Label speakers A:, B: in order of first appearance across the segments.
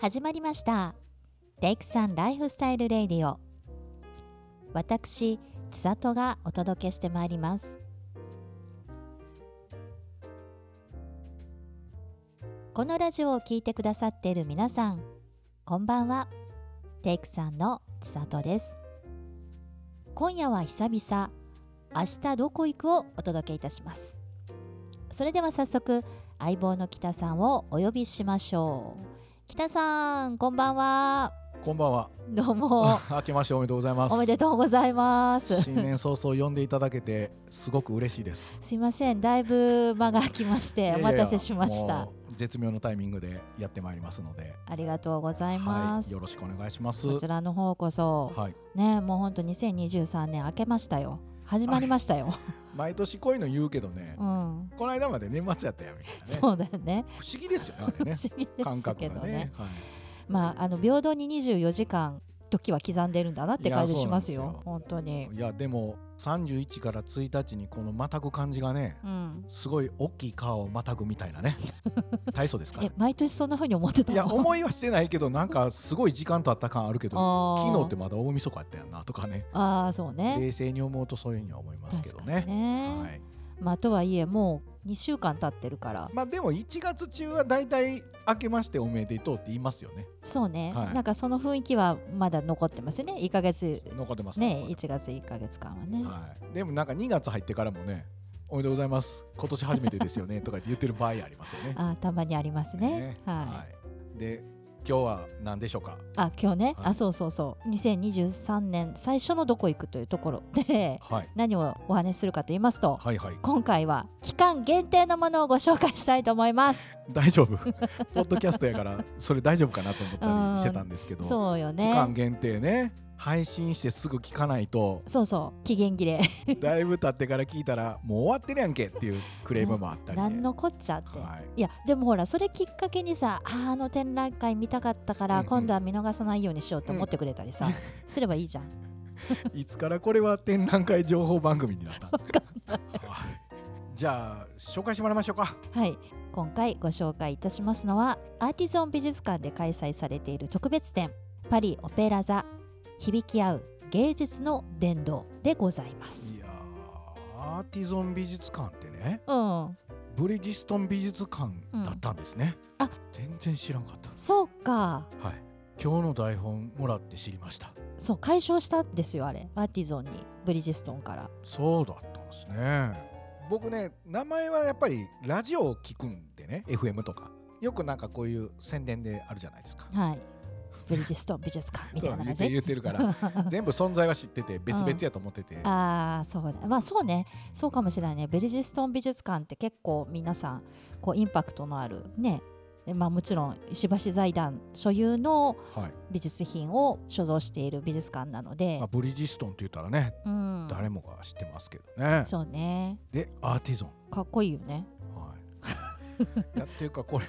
A: 始まりましたテイクさんライフスタイルレディオ私千里がお届けしてまいりますこのラジオを聞いてくださっている皆さんこんばんはテイクさんの千里です今夜は久々明日どこ行くをお届けいたしますそれでは早速相棒の北さんをお呼びしましょう北さんこんばんは
B: こんばんは。
A: どうも
B: 明けましておめでとうございます。
A: おめでとうございます
B: 新年早々呼んでいただけてすごく嬉しいです。
A: すいませんだいぶ間が空きまし
B: い
A: て
B: や
A: お
B: いや
A: 待たせしました。
B: もう絶妙のタイミングでやってまいりますので、
A: ありがとうございま
B: はい、
A: す、
B: よろしくお願いします。
A: こちらの方こそ
B: はい、
A: ねもうほんと2023年明けましたよ始まりま したよ、
B: 毎年こういうの言うけどね、
A: うん、
B: この間まで年末やったやみたいなね。
A: そうだよね
B: 不思議ですよね、あれ
A: 不
B: ね
A: 思。議で
B: 感
A: す
B: 覚
A: けど
B: が
A: ね
B: ね。はい、
A: まああの平等に24時間時は刻んでるんだなって感じ
B: いや
A: しますよ
B: そうなんですよ
A: 本当に
B: いやでも31から1日にこのまたぐ感じがね、
A: うん
B: すごい大きい川をまたぐみたい なね。大層ですか
A: え。毎年そんな風に思ってた
B: い
A: の
B: や思いはしてないけどなんかすごい時間経った感あるけど
A: あー
B: 昨日ってまだ大晦日やったやんなとかね
A: ああそうね
B: 冷静に思うとそういうふうには思いますけど
A: 確か
B: ね
A: にね、
B: はい、
A: まあとはいえもう2週間経ってるから
B: まあでも1月中は大体明けましておめでとうって言いますよね
A: そうね、
B: はい
A: なんかその雰囲気はまだ残ってますね1ヶ月
B: 残ってます
A: ね
B: 残って
A: 1月1ヶ月間はね、
B: ますはい、でもなんか2月入ってからもねおめでとうございます今年初めてですよねとかって言ってる場合ありますよね
A: あたまにありますねはい、
B: いで今日は何でしょうか
A: あ今日ね、
B: はい
A: あそうそうそう2023年最初のどこ行くというところで
B: はい
A: 何をお話しするかと言いますと
B: はいはい
A: 今回は期間限定のものをご紹介したいと思います
B: 大丈 夫ポッドキャストやからそれ大丈夫かなと思ったりしてたんですけど
A: そうよ
B: 期間
A: ね
B: 限定ね配信してすぐ聞かないと
A: そうそう期限切れ
B: だいぶ経ってから聞いたらもう終わってるやんけっていうクレームもあったりね
A: 何のこっちゃって、
B: はい
A: いやでもほらそれきっかけにさあーあの展覧会見たかったか
B: うん
A: ら
B: うん
A: 今度は見逃さないようにしようと思ってくれたりさ、 すればいいじゃん
B: いつからこれは展覧会情報番組になったんだはいじゃあ紹介してもらいましょうか
A: はい今回ご紹介いたしますのはアーティゾン美術館で開催されている特別展「パリ・オペラ座響き合う芸術の殿堂」でございます
B: い。やーアーティゾン美術館ってね
A: うん、
B: ブリヂストン美術館だったんですね、
A: うんあ
B: 全然知らんかった
A: そうか
B: はい今日の台本もらって知りました
A: そう解消したんですよあれアーティゾンにブリヂストンから。
B: そうだったんですね僕ね名前はやっぱりラジオを聞くんでね FM とかよくなんかこういう宣伝であるじゃないですか
A: はいブリヂストン美術館みたいな感
B: そう
A: じ
B: 言って言ってるから 全部存在は知ってて別々やと思ってて、
A: ああそうだまあそうねそうかもしれないねベルジストン美術館って結構皆さんこうインパクトのあるねでまあもちろん石橋財団所有の
B: はい
A: 美術品を所蔵している美術館なので
B: まあ、、ブリヂストンって言ったらね
A: うん、
B: 誰もが知ってますけどね、
A: そうね
B: でアーティゾン、
A: かっこいいよね
B: はい いやっていうかこれ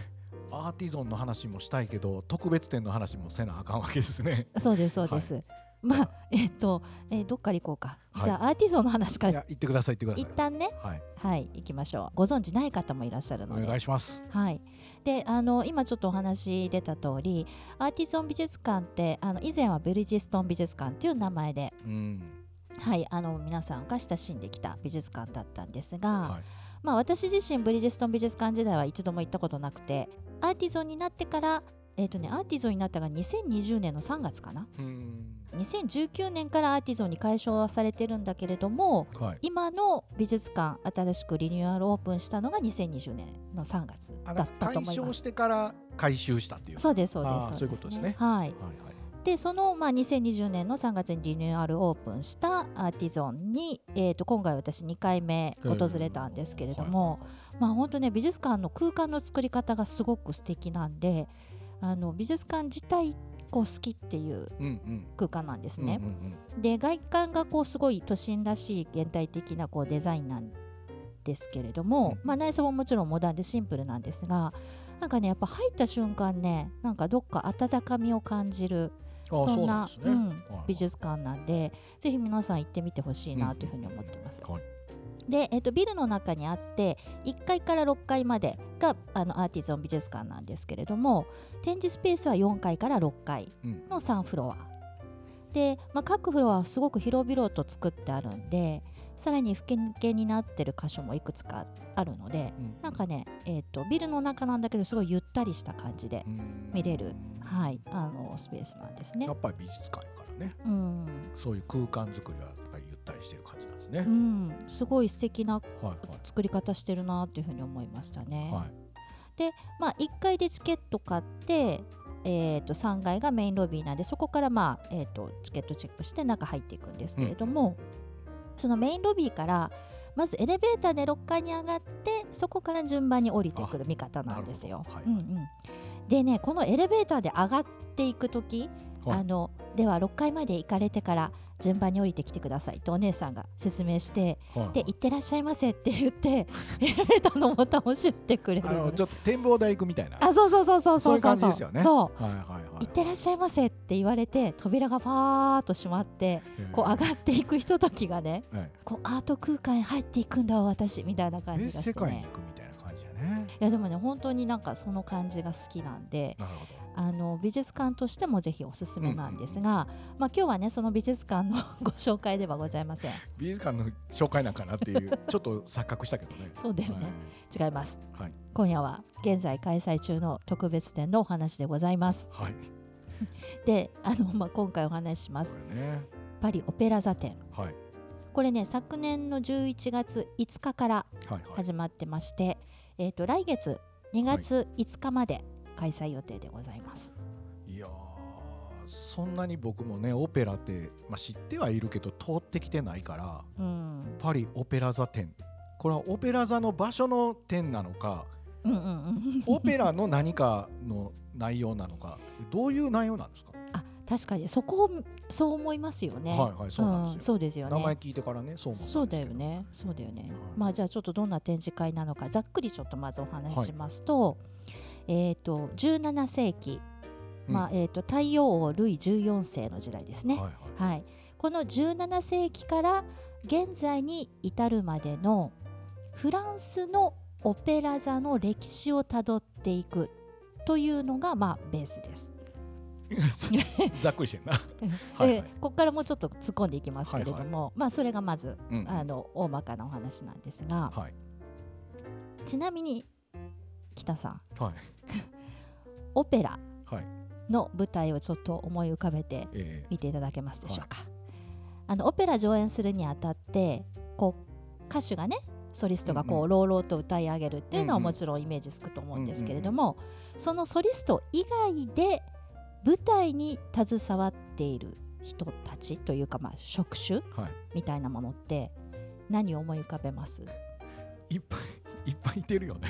B: アーティゾンの話もしたいけど特別展の話もせなあかんわけですね
A: そうですそうです、 まあえっと、えーどっから行こうか、
B: はい
A: じゃあアーティゾンの話か
B: い
A: ら
B: や言ってください言って
A: 一
B: くだ
A: 旦ね
B: さいはい
A: はい行きましょうご存知ない方もいらっしゃるの
B: お
A: で
B: 願いします
A: はい、であの今ちょっとお話出た通りアーティゾン美術館ってあの以前はブリヂストン美術館っていう名前で、
B: うん
A: はい、あの皆さんが親しんできた美術館だったんですが、
B: はい
A: まあ、私自身ブリヂストン美術館時代は一度も行ったことなくてアーティゾンになってから、えーとね、アーティゾンになったが2020年の3月かな
B: うん
A: 2019年からアーティゾンに解消はされてるんだけれども
B: はい
A: 今の美術館新しくリニューアルオープンしたのが2020年の3月
B: あ
A: だったと
B: 解
A: 思いま
B: 消
A: す
B: してから回収したっていう。
A: そうですそうで
B: あ
A: す
B: ーそういうことですね
A: はい。
B: はいはい。
A: でそのまあ2020年の3月にリニューアルオープンしたアーティゾンにえっ、と今回私2回目訪れたんですけれども、
B: はいはいはい
A: まあ本当ね美術館の空間の作り方がすごく素敵なんで、あの美術館自体こう好きっていう
B: うんうん。
A: 空間なんですね
B: う。んうんうん
A: で外観がこうすごい都心らしい現代的なこうデザインなんですけれども、
B: うん
A: まあ、内装ももちろんモダンでシンプルなんですがなんかねやっぱ入った瞬間ねなんかどっか温かみを感じる
B: あ
A: そ
B: ー
A: んな
B: そうなんですね
A: うん美術館なんでぜひ皆さん行ってみてほしいなというふうに思ってます。
B: はい
A: で、えっと、ビルの中にあって1階から6階までがあのアーティゾン美術館なんですけれども展示スペースは4階から6階
B: うん
A: の3フロアで、まあ、各フロアはすごく広々と作ってあるんでさらに吹き抜けになってる箇所もいくつかあるので
B: うん
A: なんかね、えっとビルの中なんだけどすごいゆったりした感じで、
B: うん
A: 見れるはい、あのスペースなんですね
B: や。っぱり美術館やからね
A: うん
B: そういう空間作りはやっぱりゆったりしてる感じなんですね、
A: うん、すごい素敵な
B: はい
A: 作り方してるなっていうふうに思いましたね。
B: はいはい
A: まあ、1階でチケット買って、えー、と3階がメインロビーなんでそこから、まあえー、とチケットチェックして中入っていくんですけれども、そのメインロビーからまずエレベーターで6階に上がってそこから順番に降りてくる見方なんですよ。
B: なるほ
A: う
B: ど
A: んう
B: はい
A: ん、でねこのエレベーターで上がっていく時、
B: はい
A: あのでは6階まで行かれてから順番に降りてきてくださいとお姉さんが説明して
B: はい
A: で行ってらっしゃいませって言って エレベーターのボタンを押してくれる
B: あの
A: の
B: ちょっと展望台行くみたいなは
A: あそうそうそうそう
B: そ
A: そ
B: ういうう感
A: う
B: じですよね
A: そう
B: いはいはい
A: 行ってらっしゃいませって言われて扉がファーっと閉まって
B: えー
A: こう上がっていくひとときがね
B: はい
A: こうアート空間へ入っていくんだわ私みたいな感じがし
B: え
A: て、ね、
B: 世界に行くみたいな感じやね
A: いやでもね本当になんかその感じが好きなんで
B: なるほど
A: あの美術館としてもぜひおすすめなんですが、まあ、今日はねその美術館のご紹介ではございません
B: 美術館の紹介なんかなっ ていうちょっと錯覚したけどね
A: そうだよね違います、
B: はい
A: 今夜は現在開催中の特別展のお話でございます
B: はい、はい、
A: であの、まあ、今回お話しします
B: これね
A: パリオペラ座展
B: はい
A: これね昨年の11月5日から
B: はいはい
A: 始まってまして、えー、と来月2月5日まで開催予定でございます、
B: いやーそんなに僕もねオペラって、まあ、知ってはいるけど通ってきてないから
A: うん、
B: パリオペラ座展これはオペラ座の場所の展なの か
A: うんうんうん
B: オペラの何かの内容なのかどういう内容なんですか、
A: あ確かにそこをそう思いますよね
B: はいはいそうなん
A: ん
B: ですよ、
A: そうですよね
B: 名前聞いてからねそう思ったんですけど
A: そうだよねそうだよね、
B: はい
A: まあじゃあちょっとどんな展示会なのかざっくりちょっとまずお話ししますと、えっ、と17世紀、
B: うん
A: まあえっ、と太陽王ルイ14世の時代ですね
B: はいはい
A: はい、この17世紀から現在に至るまでのフランスのオペラ座の歴史をたどっていくというのがまあベースです。
B: ざっくりしてんなはい、は
A: で
B: い
A: ここからもうちょっと突っ込んでいきますけれども、
B: はい
A: まあ、それがまず
B: うん
A: あの大まかなお話なんですが
B: はい
A: ちなみに北さん
B: はい
A: オペラ
B: はい
A: の舞台をちょっと思い浮かべて
B: え
A: 見ていただけますでしょうか、あのオペラ上演するにあたってこう歌手がねソリストがこ
B: うんう
A: う朗々と歌い上げるっていうの
B: うんう
A: は
B: ん
A: もちろんイメージつくと思うんですけれども、そのソリスト以外で舞台に携わっている人たちというかまあ職種
B: ーはい
A: みたいなものって何を思い浮かべます
B: いっぱいいっぱいいてるよね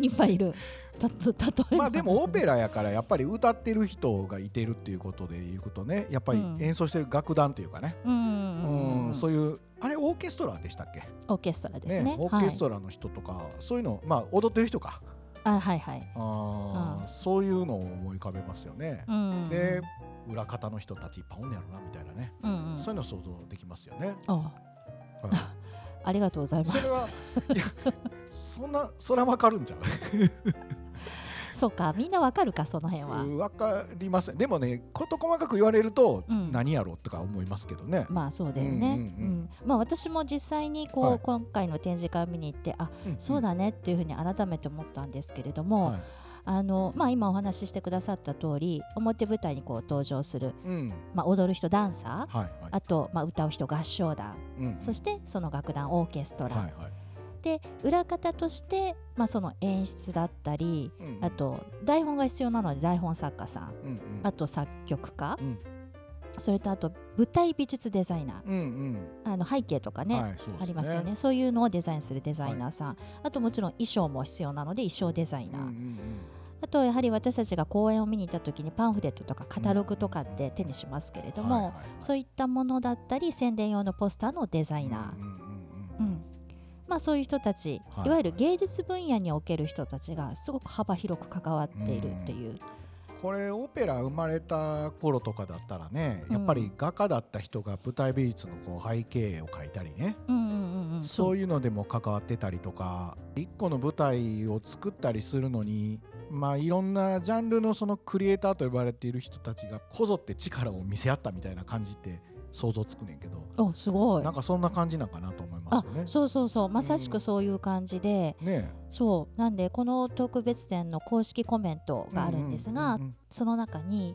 A: いっぱいいるたと例えば
B: まあでもオペラやからやっぱり歌ってる人がいてるっていうことでいうことねやっぱり
A: うん
B: 演奏してる楽団というかね、
A: うん
B: う
A: うんうんうん
B: んそういうあれオーケストラでしたっけ
A: オーケストラですね
B: オーケス
A: ラ、
B: トラの人とか、そういうのまあ踊ってる人か
A: はい、あはいはい
B: あー、
A: うん
B: そういうのを思い浮かべますよね
A: う、んうん
B: で裏方の人たちいっぱいおんねやろなみたいなね、
A: うんうん
B: そういうの想像できますよね、
A: あ ありがとうございます
B: それはいやそんなそれはわかるんじゃない
A: そうかみんなわかるかその辺は、
B: わかりませんでもね事細かく言われると
A: うん
B: 何やろうとか思いますけどね、
A: まあそうだよね、
B: うんうんうん
A: うんまあ私も実際にこう、
B: はい
A: 今回の展示会を見に行ってあ
B: うん
A: そうだねっていうふうに改めて思ったんですけれども、
B: はい
A: あのまあ今お話ししてくださった通り表舞台にこう登場する、
B: うん
A: まあ、踊る人ダンサー
B: はいはい
A: あと、まあ、歌う人合唱団
B: うん
A: そしてその楽団オーケストラ、
B: はいはい
A: で裏方として、まあ、その演出だったり
B: うんうん
A: あと台本が必要なので台本作家さん
B: うんうん
A: あと作曲家、
B: うん
A: それとあと舞台美術デザイナー
B: うんうん
A: あの背景とかね、
B: はいそうですね
A: ありますよねそういうのをデザインするデザイナーさん、あともちろん衣装も必要なので衣装デザイ
B: う
A: ナ
B: ん
A: ー、
B: うんうん
A: あとやはり私たちが公演を見に行った時にパンフレットとかカタログとかって手にしますけれども、
B: はいはいはい
A: そういったものだったり宣伝用のポスターのデザイナ
B: うんうん
A: ー、
B: う
A: うんんまあ、そういう人たち、
B: はい
A: い、わゆる芸術分野における人たちがすごく幅広く関わっているっていう、
B: これオペラ生まれた頃とかだったらねやっぱり画家だった人が舞台美術のこう背景絵を描いたりね、
A: うんうんうんうんうん
B: そういうのでも関わってたりとか一個の舞台を作ったりするのにまあいろんなジャンルのそのクリエイターと呼ばれている人たちがこぞって力を見せ合ったみたいな感じって想像つくねんけど
A: おすごい
B: なんかそんな感じなんかなと思いますよね
A: あ。そうそうそうまさしくそういう感じで、
B: ね
A: そうなんでこの特別展の公式コメント
B: え
A: があるんですが、
B: うんうんうん
A: その中に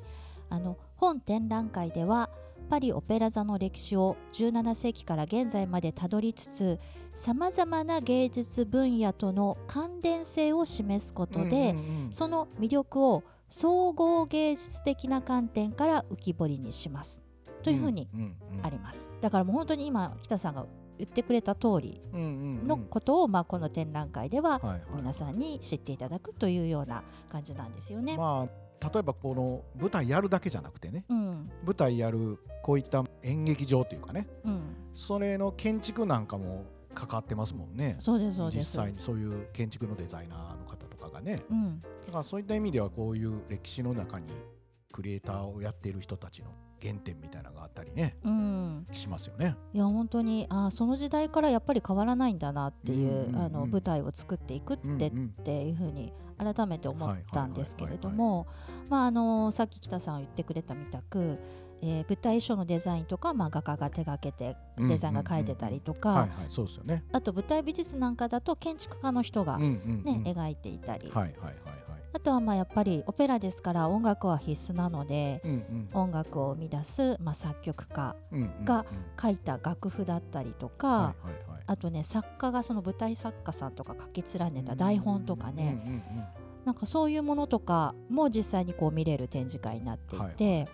A: あの本展覧会ではパリオペラ座の歴史を17世紀から現在までたどりつつさまざまな芸術分野との関連性を示すことで、
B: うんうんうん
A: その魅力を総合芸術的な観点から浮き彫りにしますというふうに
B: んうんうん
A: あります、だからもう本当に今北さんが言ってくれた通り
B: うんうんうん
A: のことを、まあ、この展覧会では
B: はいはい
A: 皆さんに知っていただくというような感じなんですよね。
B: まあ例えばこの舞台やるだけじゃなくてね
A: うん
B: 舞台やるこういった演劇場というかね
A: うん、
B: それの建築なんかも関わってますもんね
A: そうですそうで
B: 実
A: す。
B: 際にそういう建築のデザイナーの方とかがね
A: うん、
B: だからそういった意味ではこういう歴史の中にクリエイターをやっている人たちの原点みたいなのがあったりね
A: うん、
B: しますよね。
A: いや本当にあーその時代からやっぱり変わらないんだなっていう、
B: うんうんうん
A: あの舞台を作っていくって、
B: うんうん
A: っていうふうに改めて思ったんですけれどもまああのさっき北さんが言ってくれたみたく、えー舞台衣装のデザインとか、まあ、画家が手掛けてデザインが描いてたりとか、
B: はいはいそうですよね。
A: あと舞台美術なんかだと建築家の人が、
B: うん
A: ね
B: うんうん
A: 描いていたり、
B: はいはいはいはい。
A: あとはまあやっぱりオペラですから音楽は必須なので
B: うんうん
A: 音楽を生み出す、まあ、作曲家
B: うんうんうん
A: が書いた楽譜だったりとか。
B: はいはいはい
A: あとね作家がその舞台作家さんとか書き連ねた台本とかね、
B: うんうんうんうん
A: なんかそういうものとかも実際にこう見れる展示会になっていて、
B: はい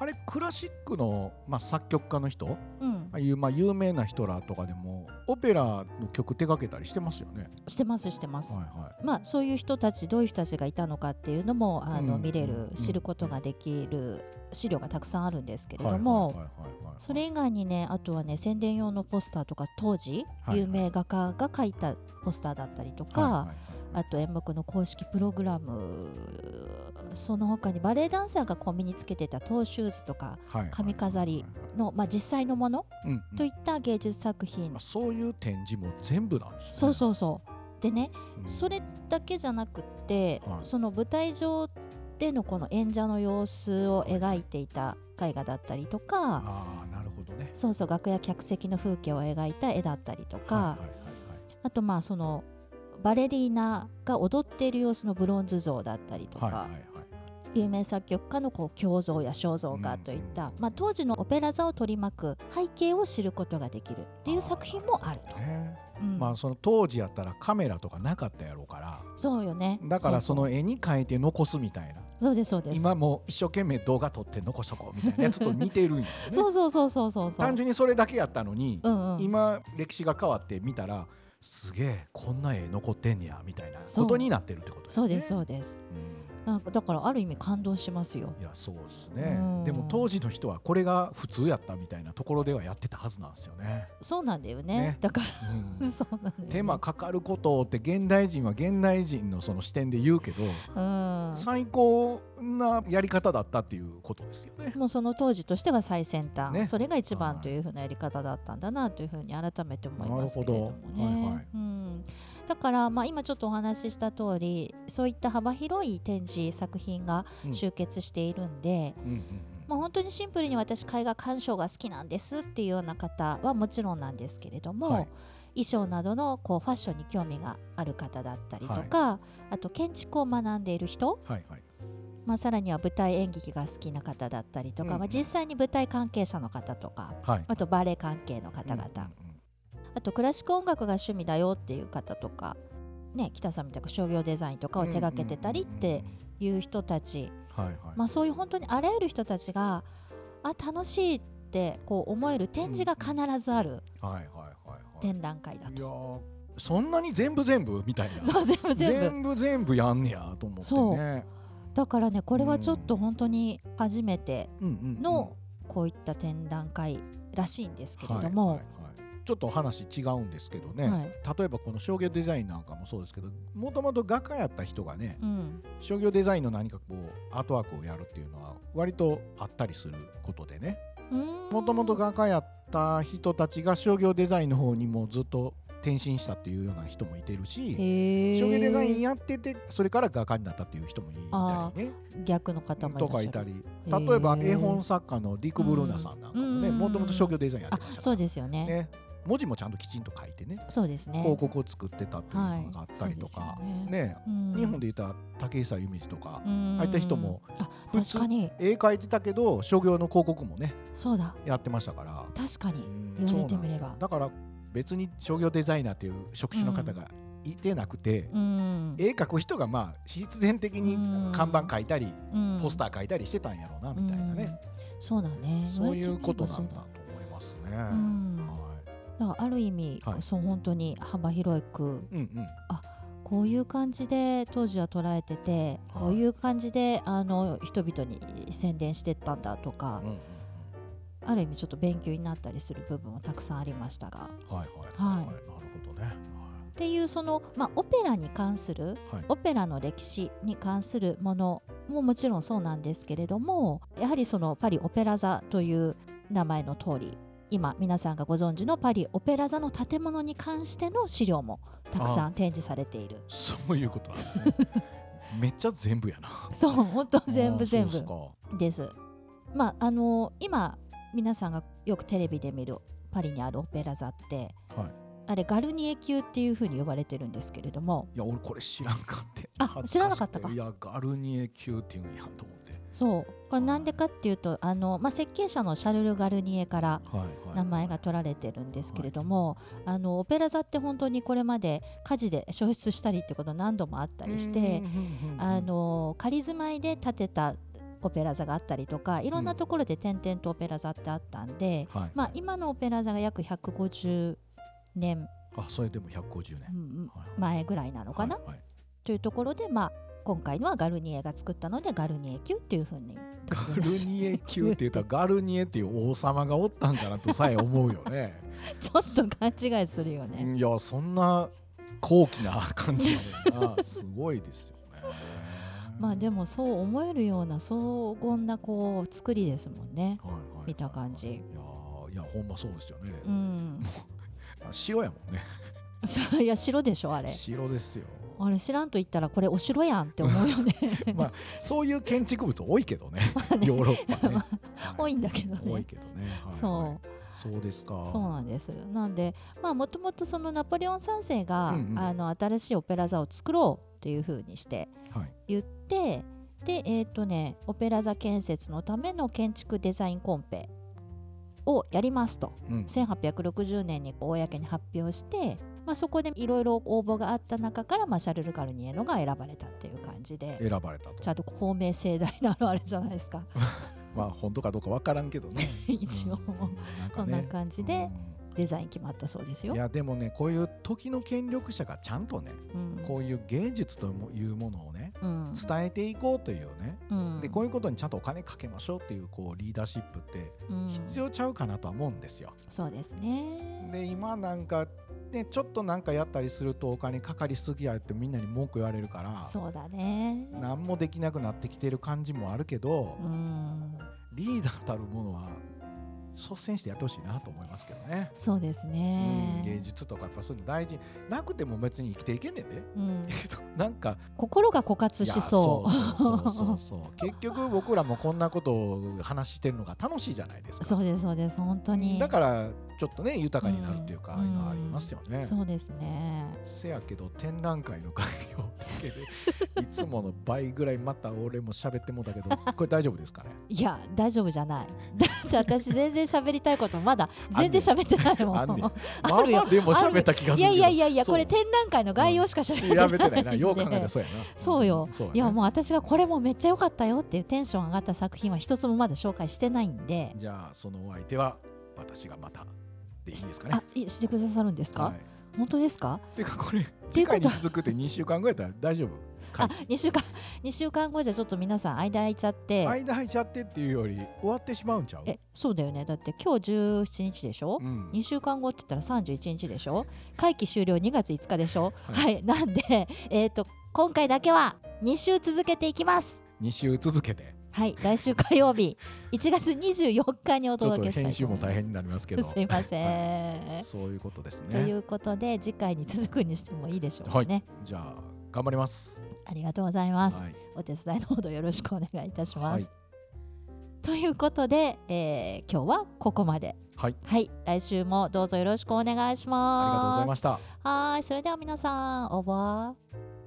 B: あれクラシックの、まあ、作曲家の人
A: うん
B: あ、あいう、まあ、有名な人らとかでもオペラの曲手掛けたりしてますよね。
A: してますしてます。
B: はいはい
A: まあ、そういう人たちどういう人たちがいたのかっていうのもあの
B: うん
A: 見れ
B: う
A: る
B: ん
A: 知ることができる資料がたくさんあるんですけれ
B: は
A: ど
B: いはい
A: も、
B: はいはいはい
A: それ以外にねあとはね宣伝用のポスターとか当時
B: はいはい
A: 有名画家が描いたポスターだったりとか、
B: はいはい
A: あと演目の公式プログラムその他にバレエダンサーがこう身につけてたトーシューズとか
B: はいはい
A: 髪飾りの、まあ、実際のもの
B: うんうん
A: といった芸術作品
B: あそういう展示も全部なんですね。
A: そうそうそう。でね、
B: うん
A: それだけじゃなくって、
B: はい
A: その舞台上でのこの演者の様子を描いていた絵画だったりとか、
B: ああなるほどね。
A: そうそう楽屋客席の風景を描いた絵だったりとか、
B: はいはいはいはい
A: あとまあそのバレリーナが踊っている様子のブロンズ像だったりとか、
B: はいはいはい
A: 有名作曲家のこう胸像や肖像画といった、まあ、当時のオペラ座を取り巻く背景を知ることができるっていう作品もあると。
B: ね
A: うん
B: まあその当時やったらカメラとかなかったやろうから
A: そうよね
B: だからそうの絵に描いて残すみたいな
A: うそうですそうです、
B: 今もう一生懸命動画撮って残しとこうみたいなやつと似てるんや、ね
A: そうそうそうそうそうそう。
B: 単純にそれだけやったのに、
A: うんうん、
B: 今歴史が変わって見たらすげえこんな絵残ってんねやみたいな
A: そう
B: ことになってるってこと
A: そうです
B: う
A: そうです。
B: ん
A: なんかだからある意味感動しますよ。
B: いやそうですね
A: うん
B: でも当時の人はこれが普通やったみたいなところではやってたはずなんですよ ね、
A: そうなんだよね。
B: ね
A: だか
B: う
A: ら
B: ん
A: そうなんだよ、ね。
B: 手間かかることって現代人は現代人のその視点で言うけど
A: うん。
B: 最高なやり方だったっていうことですよね。
A: もうその当時としては最先端、
B: ね
A: それが一番
B: はい
A: というふうなやり方だったんだなというふうに改めて思いますけれどもね。
B: なるほどはいはい
A: うん、だから、まあ、今ちょっとお話しした通りそういった幅広い展示作品が
B: うん
A: 集結しているんで、
B: うんうんうん
A: もう本当にシンプルに私絵画鑑賞が好きなんですっていうような方はもちろんなんですけれども、
B: はい
A: 衣装などのこうファッションに興味がある方だったりとか、あと建築を学んでいる人、
B: はいはい
A: まあ、さらには舞台演劇が好きな方だったりとか、
B: うん
A: まあ、実際に舞台関係者の方とか
B: はい
A: あとバレエ関係の方々、
B: うんうんうん
A: あとクラシック音楽が趣味だよっていう方とか、ね、北さんみたく商業デザインとかを手掛けてたりっていう人たち、
B: うんうんうんうん、はいはい
A: まあ、そういう本当にあらゆる人たちがあ楽しいってこう思える展示が必ずある
B: はいはいはいはい
A: 展覧会だ
B: い
A: と。
B: やーそんなに全部全部みたい な
A: そう全部全部
B: 全部全部やんねやと思って
A: そう
B: ね
A: だからねこれはちょっと本当に初めて
B: うんうんうん
A: のこういった展覧会らしいんですけれ
B: はい
A: ども、
B: はいはいちょっと話違うんですけどね、
A: はい
B: 例えばこの商業デザインなんかもそうですけどもともと画家やった人がね
A: うん、
B: 商業デザインの何かこうアートワークをやるっていうのは割とあったりすることでねもともと画家やった人たちが商業デザインの方にもずっと転身したっていうような人もいてるし商
A: 商
B: 業デザインやっててそれから画家になったっていう人もいたりね
A: 逆の方も
B: とか
A: らっし
B: い
A: ゃる
B: たり
A: へー
B: 例えば絵本作家のディック・ブルーナさんなんかもね
A: うん
B: もともと商業デザインやって
A: あ
B: ましたか
A: そ
B: ら
A: うですよね
B: ね文字もちゃんときちんと書いてね
A: そうですね
B: 広告を作ってたっていう
A: はい
B: のがあったりとか
A: そうですよね
B: ね
A: うん
B: 日本で言ったら竹久夢二とか
A: うん
B: ああいった人も
A: あ
B: 普通
A: 確かに
B: 絵描いてたけど商業の広告もね
A: そうだ
B: やってましたから
A: 確かに
B: うん
A: 言われてみれば
B: そうなんですよだから別に商業デザイナーという職種の方がいてなくて、
A: うん
B: 絵描く人がまあ必然的に看板描いたり、
A: うん
B: ポスター描いたりしてたんやろうなみたいなね、
A: うんそうだね
B: そういうことなんだ
A: 言わ
B: と
A: れて
B: 思いますね。
A: みればそうだうん
B: は
A: だからある意味、
B: はい
A: そう本当に幅広く
B: い、うんうん
A: こういう感じで当時は捉えてて、
B: はい
A: こういう感じであの人々に宣伝してったんだとか
B: うん、うん
A: ある意味ちょっと勉強になったりする部分もたくさんありましたが。
B: うんはいはいはい、なるほどね。は
A: っていうその、まあ、オペラに関する、
B: はい
A: オペラの歴史に関するものももちろんそうなんですけれどもやはりそのパリオペラ座という名前の通り今皆さんがご存知のパリオペラ座の建物に関しての資料もたくさん展示されている
B: いそういうことなん ですね。めっちゃ全部やな。
A: そう本当全
B: あ
A: 部
B: ーそう
A: 全
B: っす
A: 部
B: か
A: です。まああの今皆さんがよくテレビで見るパリにあるオペラ座って、
B: はい
A: あれガルニエ宮っていうふうに呼ばれてるんですけれども
B: いや俺これ知らんかって。
A: あ
B: 恥ずし
A: 知ら
B: くて
A: なかったか
B: いやガルニエ級っていうんやと思って。
A: そうこれなんでかっていうとあの、まあ、設計者のシャルル・ガルニエから
B: はいはい、
A: 名前が取られてるんですけれども、あのオペラ座って本当にこれまで火事で焼失したりってこと何度もあったりして
B: うんうんうんうん
A: あの仮住まいで建てたオペラ座があったりとかいろんなところで点々とオペラ座ってあったんで、
B: はい、
A: まあ、今のオペラ座が約150年
B: あそれでも150
A: う
B: 年、
A: ん
B: はい
A: 前ぐらいなのかな、
B: はいはい
A: というところで、まあ、今回のはガルニエが作ったのでガルニエ級っていうふうに
B: ガルニエ級って言ったらガルニエっていう王様がおったんかなとさえ思うよね
A: ちょっと勘違いするよね。
B: いやそんな高貴な感じやもんなすごいですよね
A: まあでもそう思えるような荘厳なこう作りですもんね
B: はいはいはい
A: 見た感
B: い
A: じ。
B: やーいやほんまそうですよね、
A: うん、
B: あ白やもんね
A: そういや白でしょあれ
B: 白ですよ
A: あれ知らんと言ったらこれお城やんって思うよね
B: まあそういう建築物多い けどねヨーロッパね、は
A: 多いんだけど
B: 多い
A: ね。
B: けどね、はいはい
A: そう
B: そうですか
A: そうなんですなんでまあもともとそのナポレオン三世が、
B: うんうん
A: あの新しいオペラ座を作ろうっていうふうにして
B: はい
A: 言ってでえっ、とねオペラ座建設のための建築デザインコンペをやりますと
B: うん
A: 1860年に公に発表して、まあ、そこでいろいろ応募があった中から、まあ、シャルル・ガルニエのが選ばれたっていう感じで。
B: 選ばれたと
A: ちゃんと公明正大なあれじゃない ですか
B: まあ本当かどうかわからんけどね
A: 一応、
B: なん
A: そ
B: か
A: んな
B: ね
A: 感じで
B: う
A: デザイン決まったそうです
B: ん
A: よ
B: い。やでもねこういう時の権力者がちゃんとね
A: うん
B: こういう芸術というものをね
A: うん
B: 伝えていこうというね
A: うん
B: でこういうことにちゃんとお金かけましょうっていうこうリーダーシップって
A: うん
B: 必要ちゃうかなとは思うんですよ。
A: そうですね。
B: で今なんかねちょっとなんかやったりするとお金かかりすぎやってみんなに文句言われるから
A: そうだね。
B: 何もできなくなってきてる感じもあるけど
A: うん、
B: リーダーたるものは率先してやってほしいなと思いますけどね。
A: そうです
B: うん芸
A: ね。
B: 術とかやっぱそういうの大事なくても別に生きていけんねんで、
A: うん、
B: えっとなんか
A: 心が枯渇
B: いや
A: しそう。
B: そうそうそうそう結局僕らもこんなことを話してるのが楽しいじゃないですか
A: そうですそうです本当に。
B: だからちょっとね豊かになるっていうか、
A: うん
B: ああいうのありますよね、
A: そうですね。
B: せやけど展覧会の概要だけでいつもの倍ぐらいまた俺も喋ってもうたけどこれ大丈夫ですかね
A: いや大丈夫じゃない。 だって私全然喋りたいことまだ全然喋ってないも
B: あんねん
A: ん。
B: ま
A: あ
B: あ
A: るよ
B: まあでも喋った気がす
A: い
B: る
A: や
B: けど
A: いやいやいや
B: そう
A: これ展覧会の概要しか喋ってない
B: 調
A: ん
B: べ
A: で。
B: てないなよう考えたらそうやな
A: そうよ
B: そうや
A: い
B: ね
A: やもう私がこれもめっちゃ良かったよっていうテンション上がった作品は一つもまだ紹介してないんで。
B: じゃあそのお相手は私がまたでいいですかね。
A: あいしてくださるんですか。
B: はい、
A: 本当ですか。
B: てかこれ
A: とい
B: 次
A: うこと
B: 回に続くって2週間ぐらいだったら大丈夫か
A: あ、二週間、 二週間後じゃちょっと皆さん間空いちゃって。
B: 間空いちゃってっていうより終わってしまうんちゃう
A: え、そうだよね。だって今日十七日でしょ。
B: うん
A: 二週間後って言ったら三十一日でしょ。会期終了2月5日でしょ。は、
B: はい
A: なんでえっ、と今回だけは二週続けていきます。
B: 2週続けて
A: はい来週火曜日1月24日にお
B: ちょっ
A: 届
B: と
A: けしたいと思いま
B: 編
A: す
B: 集も大変になりますけど
A: すいません、
B: そういうことです
A: とい
B: ね
A: うことで次回に続くにしてもいいでしょうかね、
B: じゃあ頑張ります
A: ありがとうございます、
B: はい
A: お手伝いのほどよろしくお願いいたします、
B: は
A: ということで、えー今日はここまで
B: はい
A: はい来週もどうぞよろしくお願いし
B: ありがとうござい
A: ま
B: ますした
A: はーいそれでは皆さんオーバー